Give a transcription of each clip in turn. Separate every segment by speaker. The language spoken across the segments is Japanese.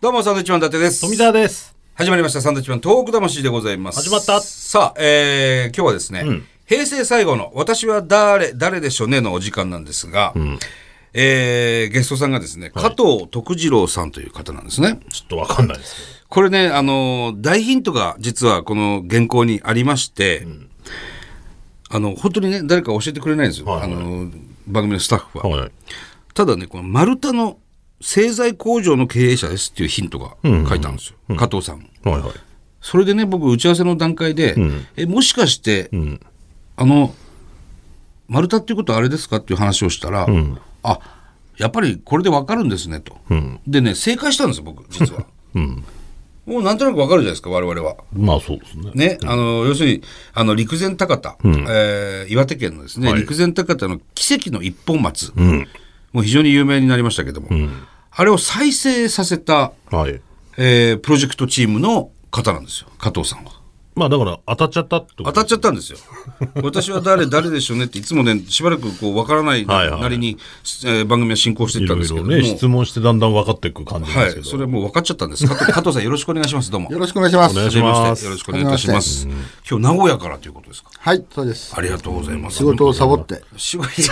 Speaker 1: どうも、サンドウィッチマン伊達です。
Speaker 2: 富澤です。
Speaker 1: 始まりました、サンドウィッチマン東北魂でございます。
Speaker 2: 始まった
Speaker 1: さあ、えー、今日はですね、平成最後の私は誰、誰でしょうねのお時間なんですが、えー、ゲストさんがですね、加藤徳次郎さんという方なんですね。
Speaker 2: ちょっとわかんないですけ
Speaker 1: これね、あのー、大ヒントが実はこの原稿にありまして、あの、本当にね、誰か教えてくれないんですよ。
Speaker 2: はいはい
Speaker 1: あのー、番組のスタッフは。
Speaker 2: ど。はい。
Speaker 1: ただね、この丸太の製材工場の経営者ですっていうヒントが書いたんですよ、加藤さん。
Speaker 2: はいはい。
Speaker 1: それでね、僕、打ち合わせの段階で、え、もしかして、あの、丸太っていうことはあれですかっていう話をしたら、あ、やっぱりこれでわかるんですねと、でね、正解したんですよ、僕、実 は。もうなんとなくわかるじゃないですか、我々は。
Speaker 2: まあそうですね。
Speaker 1: ね、あの、要するに、あの、陸前高田、えー岩手県のですね、
Speaker 2: はい
Speaker 1: 陸前高田の奇跡の一本松、
Speaker 2: うん。
Speaker 1: もう非常に有名になりましたけども、あれを再生させた、
Speaker 2: はい。
Speaker 1: えープロジェクトチームの方なんですよ、加藤さんは。
Speaker 2: まあだから当たっちゃったってこと
Speaker 1: 当たっちゃったんです よ。私は誰、誰でしょうねって、いつもね、しばらくこう、わからない
Speaker 2: はいはい
Speaker 1: なりに、えー番組は進行してい
Speaker 2: い
Speaker 1: ったん
Speaker 2: ろ
Speaker 1: で
Speaker 2: い
Speaker 1: すけど
Speaker 2: ろ
Speaker 1: も、
Speaker 2: ね、質問してだんだん分かっていく感じ
Speaker 1: は
Speaker 2: ですけ
Speaker 1: い、
Speaker 2: ど。
Speaker 1: それはもう分かっちゃったんです。加藤 加藤さん、よろしくお願いします。どうも。
Speaker 3: よろしくお願いします。
Speaker 2: お願いし
Speaker 1: はじめ
Speaker 2: ま
Speaker 1: して
Speaker 2: す
Speaker 1: よろしくお願いいたします。今日、名古屋からということですか。
Speaker 3: はい、そうです。
Speaker 1: ありがとうございます。
Speaker 3: 仕事をサボって、
Speaker 1: 仕事、仕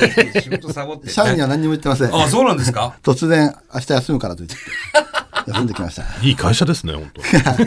Speaker 1: 事サボって。
Speaker 3: 社員には何にも言ってません。
Speaker 1: あ、そうなんですか
Speaker 3: 突然、明日休むからと言って、休んできました。
Speaker 2: いい会社ですね、本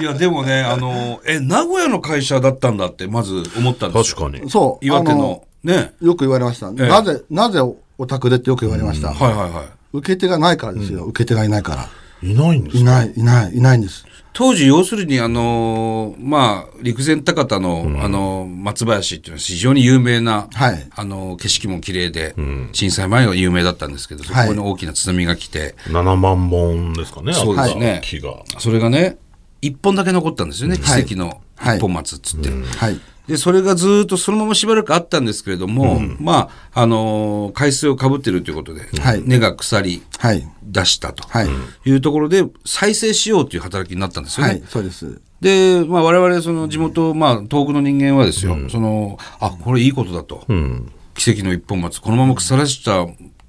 Speaker 1: いや、でもね、あの、え、名古屋の会社だったんだって、まず思ったんで
Speaker 2: 当。
Speaker 1: すよ。
Speaker 2: 確かに。
Speaker 3: そう、
Speaker 1: 岩手
Speaker 3: あ
Speaker 1: の。ね。
Speaker 3: よく言われました。
Speaker 1: え
Speaker 3: なぜ、なぜお宅でってよく言われました。
Speaker 1: はいはいはい。
Speaker 3: 受け手がないからですよ。受け手がいないから。
Speaker 2: いないんですか
Speaker 3: いない、いない、いないんです。
Speaker 1: 当時、要するに、あのーまあ、陸前高田の、あのー、松林っていうのは非常に有名な、
Speaker 3: はい
Speaker 1: あのー、景色も綺麗で、震災前は有名だったんですけど、そこに大きな津波が来て、
Speaker 2: 7万本ですかね、
Speaker 1: そうですね
Speaker 2: あった木が。
Speaker 1: それがね、一本だけ残ったんですよね、
Speaker 3: はい
Speaker 1: 奇跡の一本松っつって。
Speaker 3: はい。
Speaker 1: で、それがずーっとそのまましばらくあったんですけれども、まあ、あのー海水をかぶってるということで、
Speaker 3: はい
Speaker 1: 根が腐り
Speaker 3: はい。
Speaker 1: 出したと
Speaker 3: はい
Speaker 1: いうところで、再生しようという働きになったんですよね。
Speaker 3: はい、そうです。
Speaker 1: で、まあ、我々その地元、まあ、東北の人間はですよ、そのあこれいいことだと、
Speaker 2: うん。
Speaker 1: 奇跡の一本松このまま腐らしちゃっ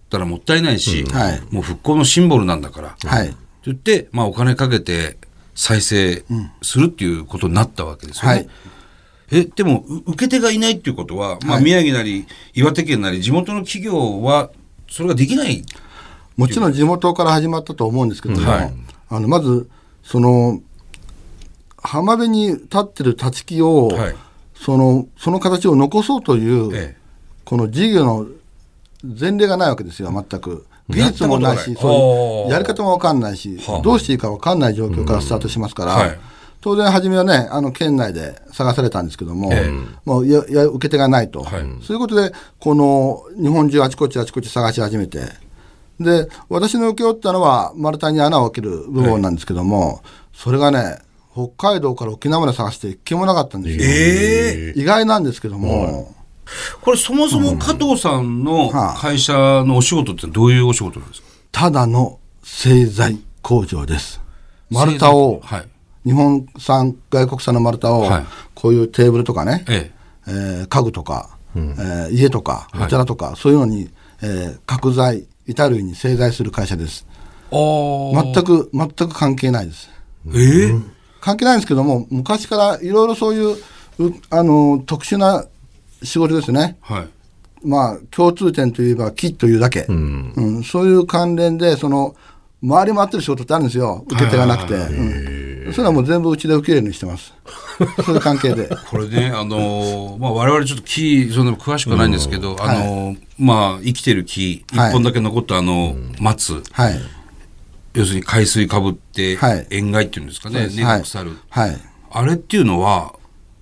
Speaker 1: たらもったいないし、
Speaker 3: はい
Speaker 1: もう復興のシンボルなんだから、と
Speaker 3: はい。
Speaker 1: 言って、まあ、お金かけて再生するっていうことになったわけですよね。
Speaker 3: はい
Speaker 1: えでもう受け手がいないっていうことは、まあ、
Speaker 3: はい
Speaker 1: 宮城なり岩手県なり地元の企業はそれができない
Speaker 3: もちろん地元から始まったと思うんですけども、
Speaker 1: はい
Speaker 3: あのまずその浜辺に立ってる立ち木を、
Speaker 1: はい
Speaker 3: そのその形を残そうという、
Speaker 1: ええ
Speaker 3: この事業の前例がないわけですよ全く技術もないし
Speaker 1: やったことない
Speaker 3: そう
Speaker 1: お
Speaker 3: い
Speaker 1: ー
Speaker 3: うやり方も分かんないし、
Speaker 1: はあ
Speaker 3: どうしていいか分かんない状況からスタートしますから、
Speaker 1: うんはい
Speaker 3: 当然初めはねあの県内で探されたんですけども、
Speaker 1: ええ
Speaker 3: もうやや受け手がないと、
Speaker 1: はい
Speaker 3: そういうことでこの日本中あちこちあちこち探し始めてで私の請け負ったのは丸太に穴を開ける部門なんですけども、それがね北海道から沖縄まで探して一件もなかったんですよ、
Speaker 1: え
Speaker 3: 意外なんですけども、
Speaker 1: これそもそも加藤さんの
Speaker 3: はあ
Speaker 1: 会社のお仕事ってどういうお仕事なんですか
Speaker 3: ただの製材工場です丸太を、
Speaker 1: はい
Speaker 3: 日本産外国産の丸太を、
Speaker 1: はい
Speaker 3: こういうテーブルとかね、
Speaker 1: ええ
Speaker 3: えー家具とか、えー家とかお寺とか、そういうのに、えー角材板類に製材する会社です
Speaker 1: 全
Speaker 3: 全く全く関係ないです
Speaker 1: ええ
Speaker 3: 関係ないんですけども昔からいろいろそういううあの特殊な仕事ですね
Speaker 1: はい。
Speaker 3: まあ共通点といえば木というだけ、
Speaker 2: うん。
Speaker 3: うん、そういう関連でその周り回ってる仕事ってあるんですよ受け手がなくて、うん、それはもう全部うちで受け入れるようにしてますそういう関係で
Speaker 1: これね、あのーまあ、我々ちょっと木、そんな詳しくはないんですけど、あのーまあ、生きてる木、一
Speaker 3: はい
Speaker 1: 本だけ残ったあの、松、
Speaker 3: はい
Speaker 1: 要するに海水かぶって
Speaker 3: はい、
Speaker 1: 塩害っていうんですかね、根
Speaker 3: は
Speaker 1: が
Speaker 3: い
Speaker 1: 腐る。
Speaker 3: はい
Speaker 1: あれっていうのは、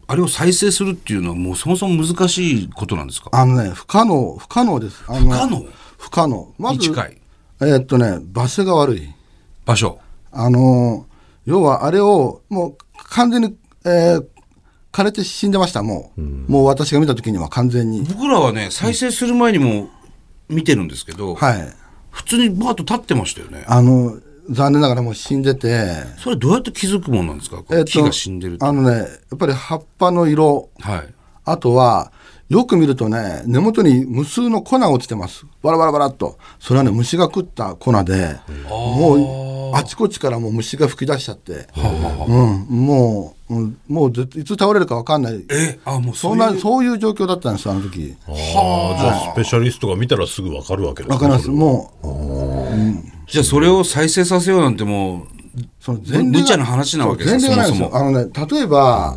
Speaker 1: あれを再生するっていうのは、もうそもそも難しいことなんですか
Speaker 3: あのね不可能不可能ですあの
Speaker 1: 不可能
Speaker 3: 不可能ま
Speaker 1: に
Speaker 3: ず
Speaker 1: 近い
Speaker 3: えーっとね場所が悪い
Speaker 1: 場所。
Speaker 3: あの要はあれをもう完全に、えー枯れて死んでましたもう、もう私が見た時には完全に
Speaker 1: 僕らはね、再生する前にも見てるんですけど、
Speaker 3: はい
Speaker 1: 普通にバーッと立ってましたよね。
Speaker 3: あの残念ながらもう死んでて
Speaker 1: それどうやって気づくもんなんですか、
Speaker 3: えーっと
Speaker 1: 木が死んでるって。
Speaker 3: あのねやっぱり葉っぱの色
Speaker 1: はい。
Speaker 3: あとは、よく見るとね、根元に無数の粉が落ちてます。バラバラバラっと。それはね、虫が食った粉で、もうあちこちからもう虫が吹き出しちゃって、うん、もう、うんもうずいつ倒れるかわかんない。
Speaker 1: えあもうそ
Speaker 3: そ
Speaker 1: うんな
Speaker 3: な、そういう状況だったんです、あの時。
Speaker 2: はあ、じゃあスペシャリストが見たらすぐわかるわけですね
Speaker 3: わかります。
Speaker 2: それは
Speaker 3: もう、
Speaker 1: じゃあそれを再生させようなんてもう
Speaker 3: その
Speaker 1: む無茶な話なわけです
Speaker 3: 前
Speaker 1: よ
Speaker 3: 例がないんです
Speaker 1: そ
Speaker 3: よ。
Speaker 1: も
Speaker 3: あのね、例えば、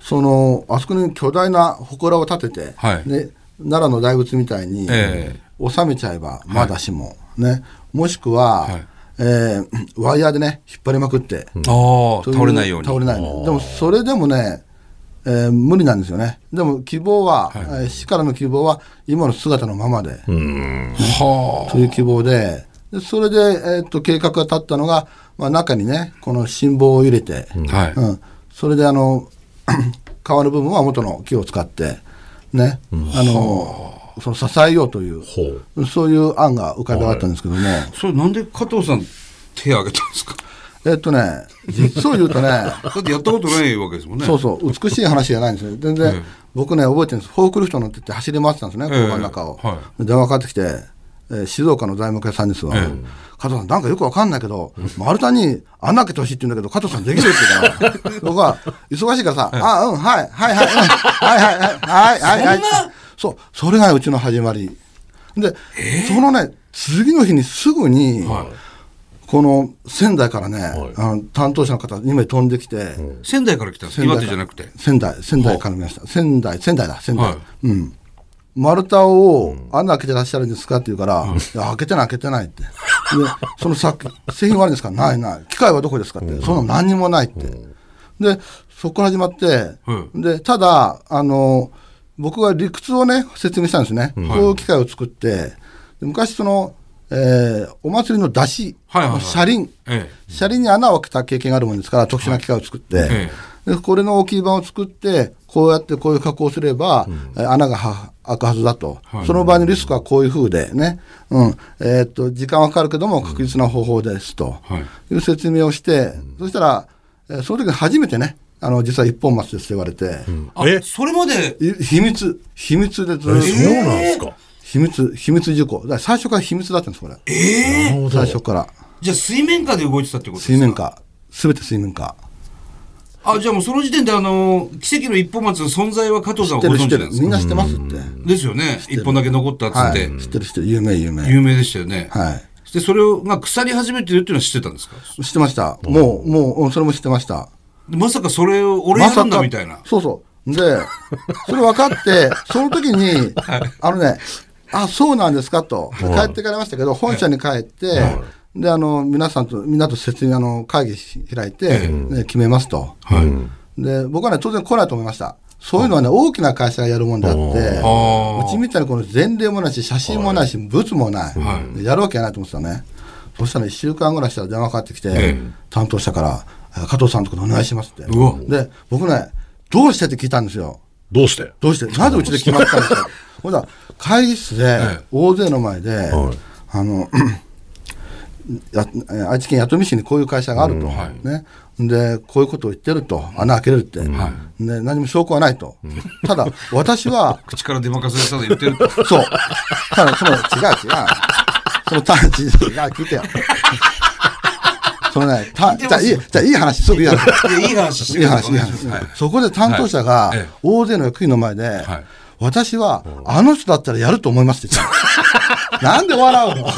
Speaker 3: その、あそこに巨大な祠を建てて、
Speaker 1: はい
Speaker 3: ね、奈良の大仏みたいに、
Speaker 1: え
Speaker 3: 収めちゃえば、まだしも、ね、もしくは、
Speaker 1: はい
Speaker 3: えーワイヤーでね、引っ張りまくって、
Speaker 1: ああ
Speaker 3: とう
Speaker 1: 倒れないように
Speaker 3: 倒れないようにでも、それでもね、えー無理なんですよね。でも、希望は、えー死からの希望は、今の姿のままで、
Speaker 1: は
Speaker 3: という希望で、でそれで、えーっと計画が立ったのが、まあ、中にね、この辛抱を入れて、
Speaker 1: あはい、
Speaker 3: うん、それであの 皮の部分は元の木を使って、ねあのその支えようという
Speaker 2: ほう
Speaker 3: そういう案が浮かび上がったんですけども、
Speaker 1: それなんで加藤さん手挙げたんです か
Speaker 3: えっとね実を言うとね
Speaker 1: だってやったことないわけですもんね
Speaker 3: そうそう美しい話じゃないんですよ全然、
Speaker 1: ええ
Speaker 3: 僕ね覚えてるんですフォークリフト乗ってって走り回ってたんですね
Speaker 1: ええ
Speaker 3: 交番の中を、
Speaker 1: は
Speaker 3: で電話かかってきて、えー静岡の材木屋さんですわ、
Speaker 1: ええ
Speaker 3: 加藤さんなんかよくわかんないけど丸太に穴開けてほしいって言うんだけど加藤さんできるって言 うから僕は忙しいからさ「あうんはいはいはいはいはいはいはいはいはい」そうそれがうちの始まりで、そのね次の日にすぐに、この仙台からね、あの担当者の方2名飛んできて、
Speaker 1: 仙台から来たんです
Speaker 3: 仙
Speaker 1: 岩
Speaker 3: 台から
Speaker 1: 手じゃなくて
Speaker 3: 仙台、仙台から見ました。仙台、仙台だ、仙台。
Speaker 1: は
Speaker 3: うん。丸太を穴開けてらっしゃるんですかって言うから、いや開けてない開けてないって。で、その作製品はあるんですかないない。機械はどこですかって。そんなの何にもないって。で、そこから始まって、
Speaker 1: う
Speaker 3: で、ただ、あの、僕が理屈をね、説明したんですね。こういう機械を作って、で昔その、えーお祭りの出汁、
Speaker 1: はいはいはい
Speaker 3: 車輪、
Speaker 1: え
Speaker 3: 車輪に穴を開けた経験があるもんですから、特殊な機械を作って、
Speaker 1: え
Speaker 3: でこれの置き板を作って、こうやってこういう加工をすれば、えー穴がは開くはずだと、その場合のリスクはこういうふうでね、うんえーっと、時間はかかるけども、確実な方法ですと、、
Speaker 1: はい
Speaker 3: う説明をして、そしたら、えーその時に初めてね、あの実は一本松ですって言われて、
Speaker 1: え
Speaker 2: え
Speaker 1: あそれまで
Speaker 3: い秘密、秘密でずっと
Speaker 2: えそうなんですか、
Speaker 3: 秘密、秘密事項、だから最初から秘密だったんです、これ、
Speaker 2: なるほど
Speaker 3: 最初から、
Speaker 1: じゃあ水面下で動いてたってことですか
Speaker 3: 水面下、すべて水面下。
Speaker 1: あじゃあもうその時点であの奇跡の一本松の存在は加藤さん
Speaker 3: 知っ
Speaker 1: は
Speaker 3: て
Speaker 1: ご
Speaker 3: る、知
Speaker 1: 存知なん
Speaker 3: ってる
Speaker 1: で。す
Speaker 3: みん
Speaker 1: か
Speaker 3: な知ってますって。
Speaker 1: ですよね一本だけ残ったっつっ
Speaker 3: は
Speaker 1: て、
Speaker 3: い。知ってる、知ってる。有名、有
Speaker 1: 有
Speaker 3: 名。
Speaker 1: 名でしたよね、
Speaker 3: は
Speaker 1: でそれをが腐り始めてるっていうのは知ってたんですか
Speaker 3: い。知ってました。もう、もううん、それも知ってました。
Speaker 1: でまさかそれを俺やるんだみたいな、
Speaker 3: そうそう。で、それ分かって、その時に、あのね、あ、そうなんですかと。で帰ってかれましたけど、本社に帰って、で、あの、皆さんと、みんなと説明、あの、会議し開いて、ね決めますと。
Speaker 1: はい
Speaker 3: で、僕はね、当然来ないと思いました。そういうのはね、大きな会社がやるもんであって、
Speaker 1: あ
Speaker 3: うちみたいにこの前例もないし、写真もないし、物もない、やるわけがないと思ってたね。そしたら1週間ぐらいしたら電話かかってきて、担当者から、あ加藤さんとこでお願いしますって。
Speaker 1: うわ
Speaker 3: で、僕ね、どうしてって聞いたんですよ。
Speaker 2: どうして
Speaker 3: どうしてなぜうちで決まったんですかほんなら会議室で
Speaker 1: ええ
Speaker 3: 大勢の前で、あの やえ愛知県弥富市にこういう会社があると、ね、でこういうことを言ってると穴開けれるって、ね、何も証拠はないと、ただ私は
Speaker 1: 口から出まかせさで言ってると
Speaker 3: そうただその違う違うその単違う聞いてよそのねた
Speaker 1: 聞いて
Speaker 3: じゃ
Speaker 1: ま
Speaker 3: あ
Speaker 1: す
Speaker 3: いいじゃあいい話すぐいい話
Speaker 1: いやいい話して
Speaker 3: いい話、いい
Speaker 1: くださ
Speaker 3: 話。そこで担当者が
Speaker 1: はいええ、
Speaker 3: 大勢の役員の前で
Speaker 1: はい、
Speaker 3: 私は、あの人だったらやると思いますって言ったのなんで笑うの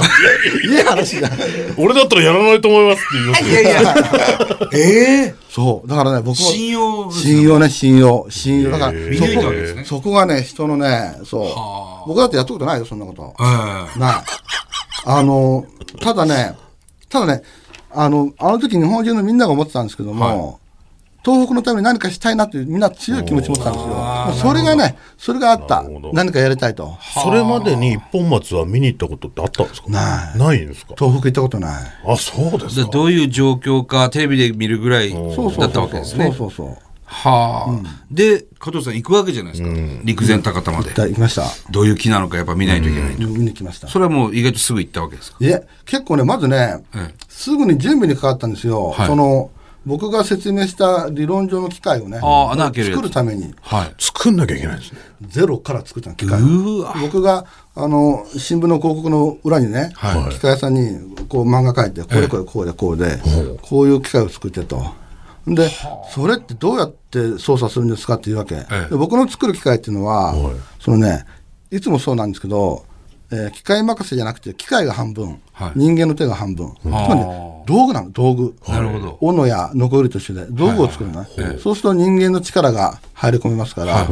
Speaker 3: いい話じゃん。
Speaker 2: 俺だったらやらないと思いますって言います
Speaker 1: いやいやええ
Speaker 3: そう。だからね、僕も。
Speaker 1: 信用ですね
Speaker 3: 信用ね、信用。信用。だから、
Speaker 1: 見抜いたわけですね
Speaker 3: そこ、そこがね、人のね、そう。僕だってやったことないよ、そんなこと。ない。あの、ただね、ただね、あの、あの時日本中のみんなが思ってたんですけども、東北のために何かしたいなという、みんな強い気持ち持ってたんですよ。もうそれがね、それがあった
Speaker 2: なるほど。
Speaker 3: 何かやりたいと。
Speaker 2: それまでに一本松は見に行ったことってあったんですか。
Speaker 3: ない
Speaker 2: ないんですか
Speaker 3: 東北行ったことない。
Speaker 2: あ、そうです
Speaker 1: じゃあ
Speaker 2: か。
Speaker 1: どういう状況かテレビで見るぐらい
Speaker 3: そうそ
Speaker 1: だ
Speaker 3: う
Speaker 1: った
Speaker 3: そ
Speaker 1: わ
Speaker 3: う
Speaker 1: けです
Speaker 3: そう
Speaker 1: ね
Speaker 3: そうそう。
Speaker 1: はあ、で加藤さん行くわけじゃないですか、陸前高田まで
Speaker 3: だ行きました。
Speaker 1: どういう木なのかやっぱ見ないといけないと、
Speaker 3: 見に来ました。
Speaker 1: それはもう意外とすぐ行ったわけですか
Speaker 3: いえ、結構ね、まずね、
Speaker 1: ええ
Speaker 3: すぐに準備にかかったんですよ。
Speaker 1: はい
Speaker 3: その、僕が説明した理論上の機械をね
Speaker 1: あー穴開けるやつ
Speaker 3: 作るために
Speaker 1: はい。
Speaker 2: 作んなきゃいけないんですね。
Speaker 3: ゼロから作ったの機械を
Speaker 1: うわ。
Speaker 3: 僕があの新聞の広告の裏にね、
Speaker 2: はい
Speaker 3: 機械屋さんにこう漫画描いてこれこれこうでこうで、こういう機械を作ってと。でそれってどうやって操作するんですかっていうわけ、
Speaker 1: え
Speaker 3: で僕の作る機械っていうのは、
Speaker 2: はい
Speaker 3: そのねいつもそうなんですけど、えー機械任せじゃなくて機械が半分、
Speaker 1: はい
Speaker 3: 人間の手が半分、つまり
Speaker 1: あー
Speaker 3: 道具なの道具
Speaker 1: なるほど
Speaker 3: 斧やノコギリと一緒で道具を作るのね、そうすると人間の力が入り込みますから、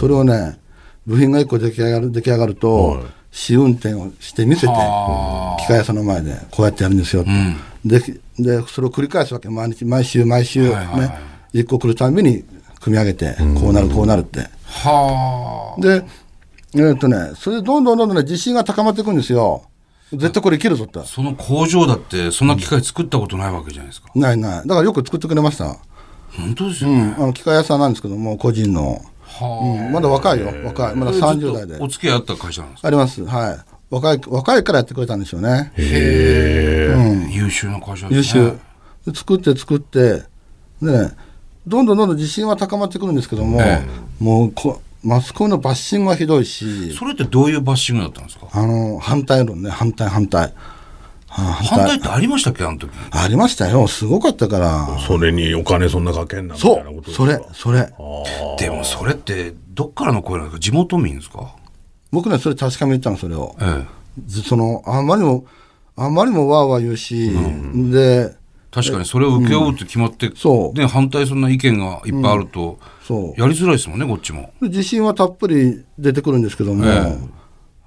Speaker 3: それをね部品が一個出来上がる出来上がると、試運転をして見せて機
Speaker 1: あー
Speaker 3: 械屋さんの前でこうやってやるんですよと、ででそれを繰り返すわけ毎日毎週毎週ね、
Speaker 1: はいはいはい
Speaker 3: 一個来るたびに組み上げてこうなるこうなるって、
Speaker 1: は
Speaker 3: でえーっとねそれでどんどんどんどんね自信が高まっていくんですよ絶対これいけるぞって
Speaker 1: あ。その工場だって、そんな機械作ったことないわけじゃないですか。
Speaker 3: ないないだからよく作ってくれました
Speaker 1: 本当ですよね。
Speaker 3: あの機械屋さんなんですけども個人の、
Speaker 1: は
Speaker 3: うん、まだ若いよ若いま
Speaker 1: あ。これ
Speaker 3: だ
Speaker 1: ずっと
Speaker 3: 30代で
Speaker 1: お付き合いあった会社なんですか
Speaker 3: ありますはい若い若いからやってくれたんでしょうね
Speaker 1: へえ。優秀な会社で
Speaker 3: 優
Speaker 1: すね。
Speaker 3: 秀で作って作ってでねどんどんどんどん自信は高まってくるんですけども、もうこマスコミのバッシングはひどいし
Speaker 1: それってどういうバッシングだったんですか
Speaker 3: あの反対論ね反対反対はあ
Speaker 1: 反対ってありましたっけあの時。
Speaker 3: ありましたよすごかったから
Speaker 2: それにお金そんなかけんなみたい
Speaker 3: そ
Speaker 2: なこと
Speaker 3: う
Speaker 2: です
Speaker 3: そ
Speaker 2: か
Speaker 3: れそれ
Speaker 1: でもそれって、どっからの声なんですか地元民ですか
Speaker 3: 僕ねそれ確かめに行ったのそれを
Speaker 1: ええ。
Speaker 3: ずそのあまりもあまりもわーわー言うし、で
Speaker 1: 確かにそれを請け負うって決まって、
Speaker 3: そう
Speaker 1: ね、反対そんな意見がいっぱいあると、
Speaker 3: そう
Speaker 1: やりづらいですもんね、こっちも。
Speaker 3: 自信はたっぷり出てくるんですけども、
Speaker 1: ええ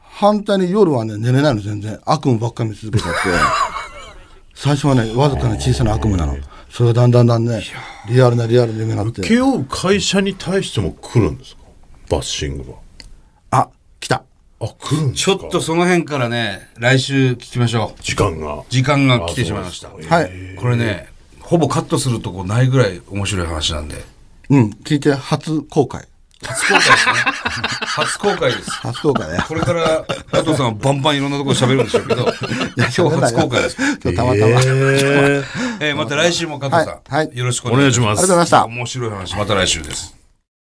Speaker 3: 反対に夜はね寝れないの全然悪夢ばっかり見続けち ゃって最初はねわずかな小さな悪夢なのそれがだんだんだんねリアルなリアルな夢になって
Speaker 2: 請け負う会社に対しても来るんですかバッシングは
Speaker 3: あ来た
Speaker 2: あ来るんです
Speaker 1: ちょ
Speaker 2: か
Speaker 1: っとその辺からね、来週聞きましょう。
Speaker 2: 時間が
Speaker 1: 時間が来てしまいました。
Speaker 2: あそ
Speaker 1: こ
Speaker 2: うですか
Speaker 3: はい、
Speaker 1: れね、ほぼカットするとこないぐらい面白い話なんで。
Speaker 3: うん聞いて初公開
Speaker 1: 初公開ですね。初公開です。
Speaker 3: 初公開ね
Speaker 1: これから、加藤さんはバンバンいろんなところ喋るんでしょうけど、今日 初公 開です。
Speaker 3: 今日たまたま、
Speaker 2: えー
Speaker 1: えーまた来週も加藤さん、
Speaker 3: はいはい
Speaker 1: よろしくお願いします。
Speaker 3: ありがとうございました
Speaker 1: 面白い話、また来週です。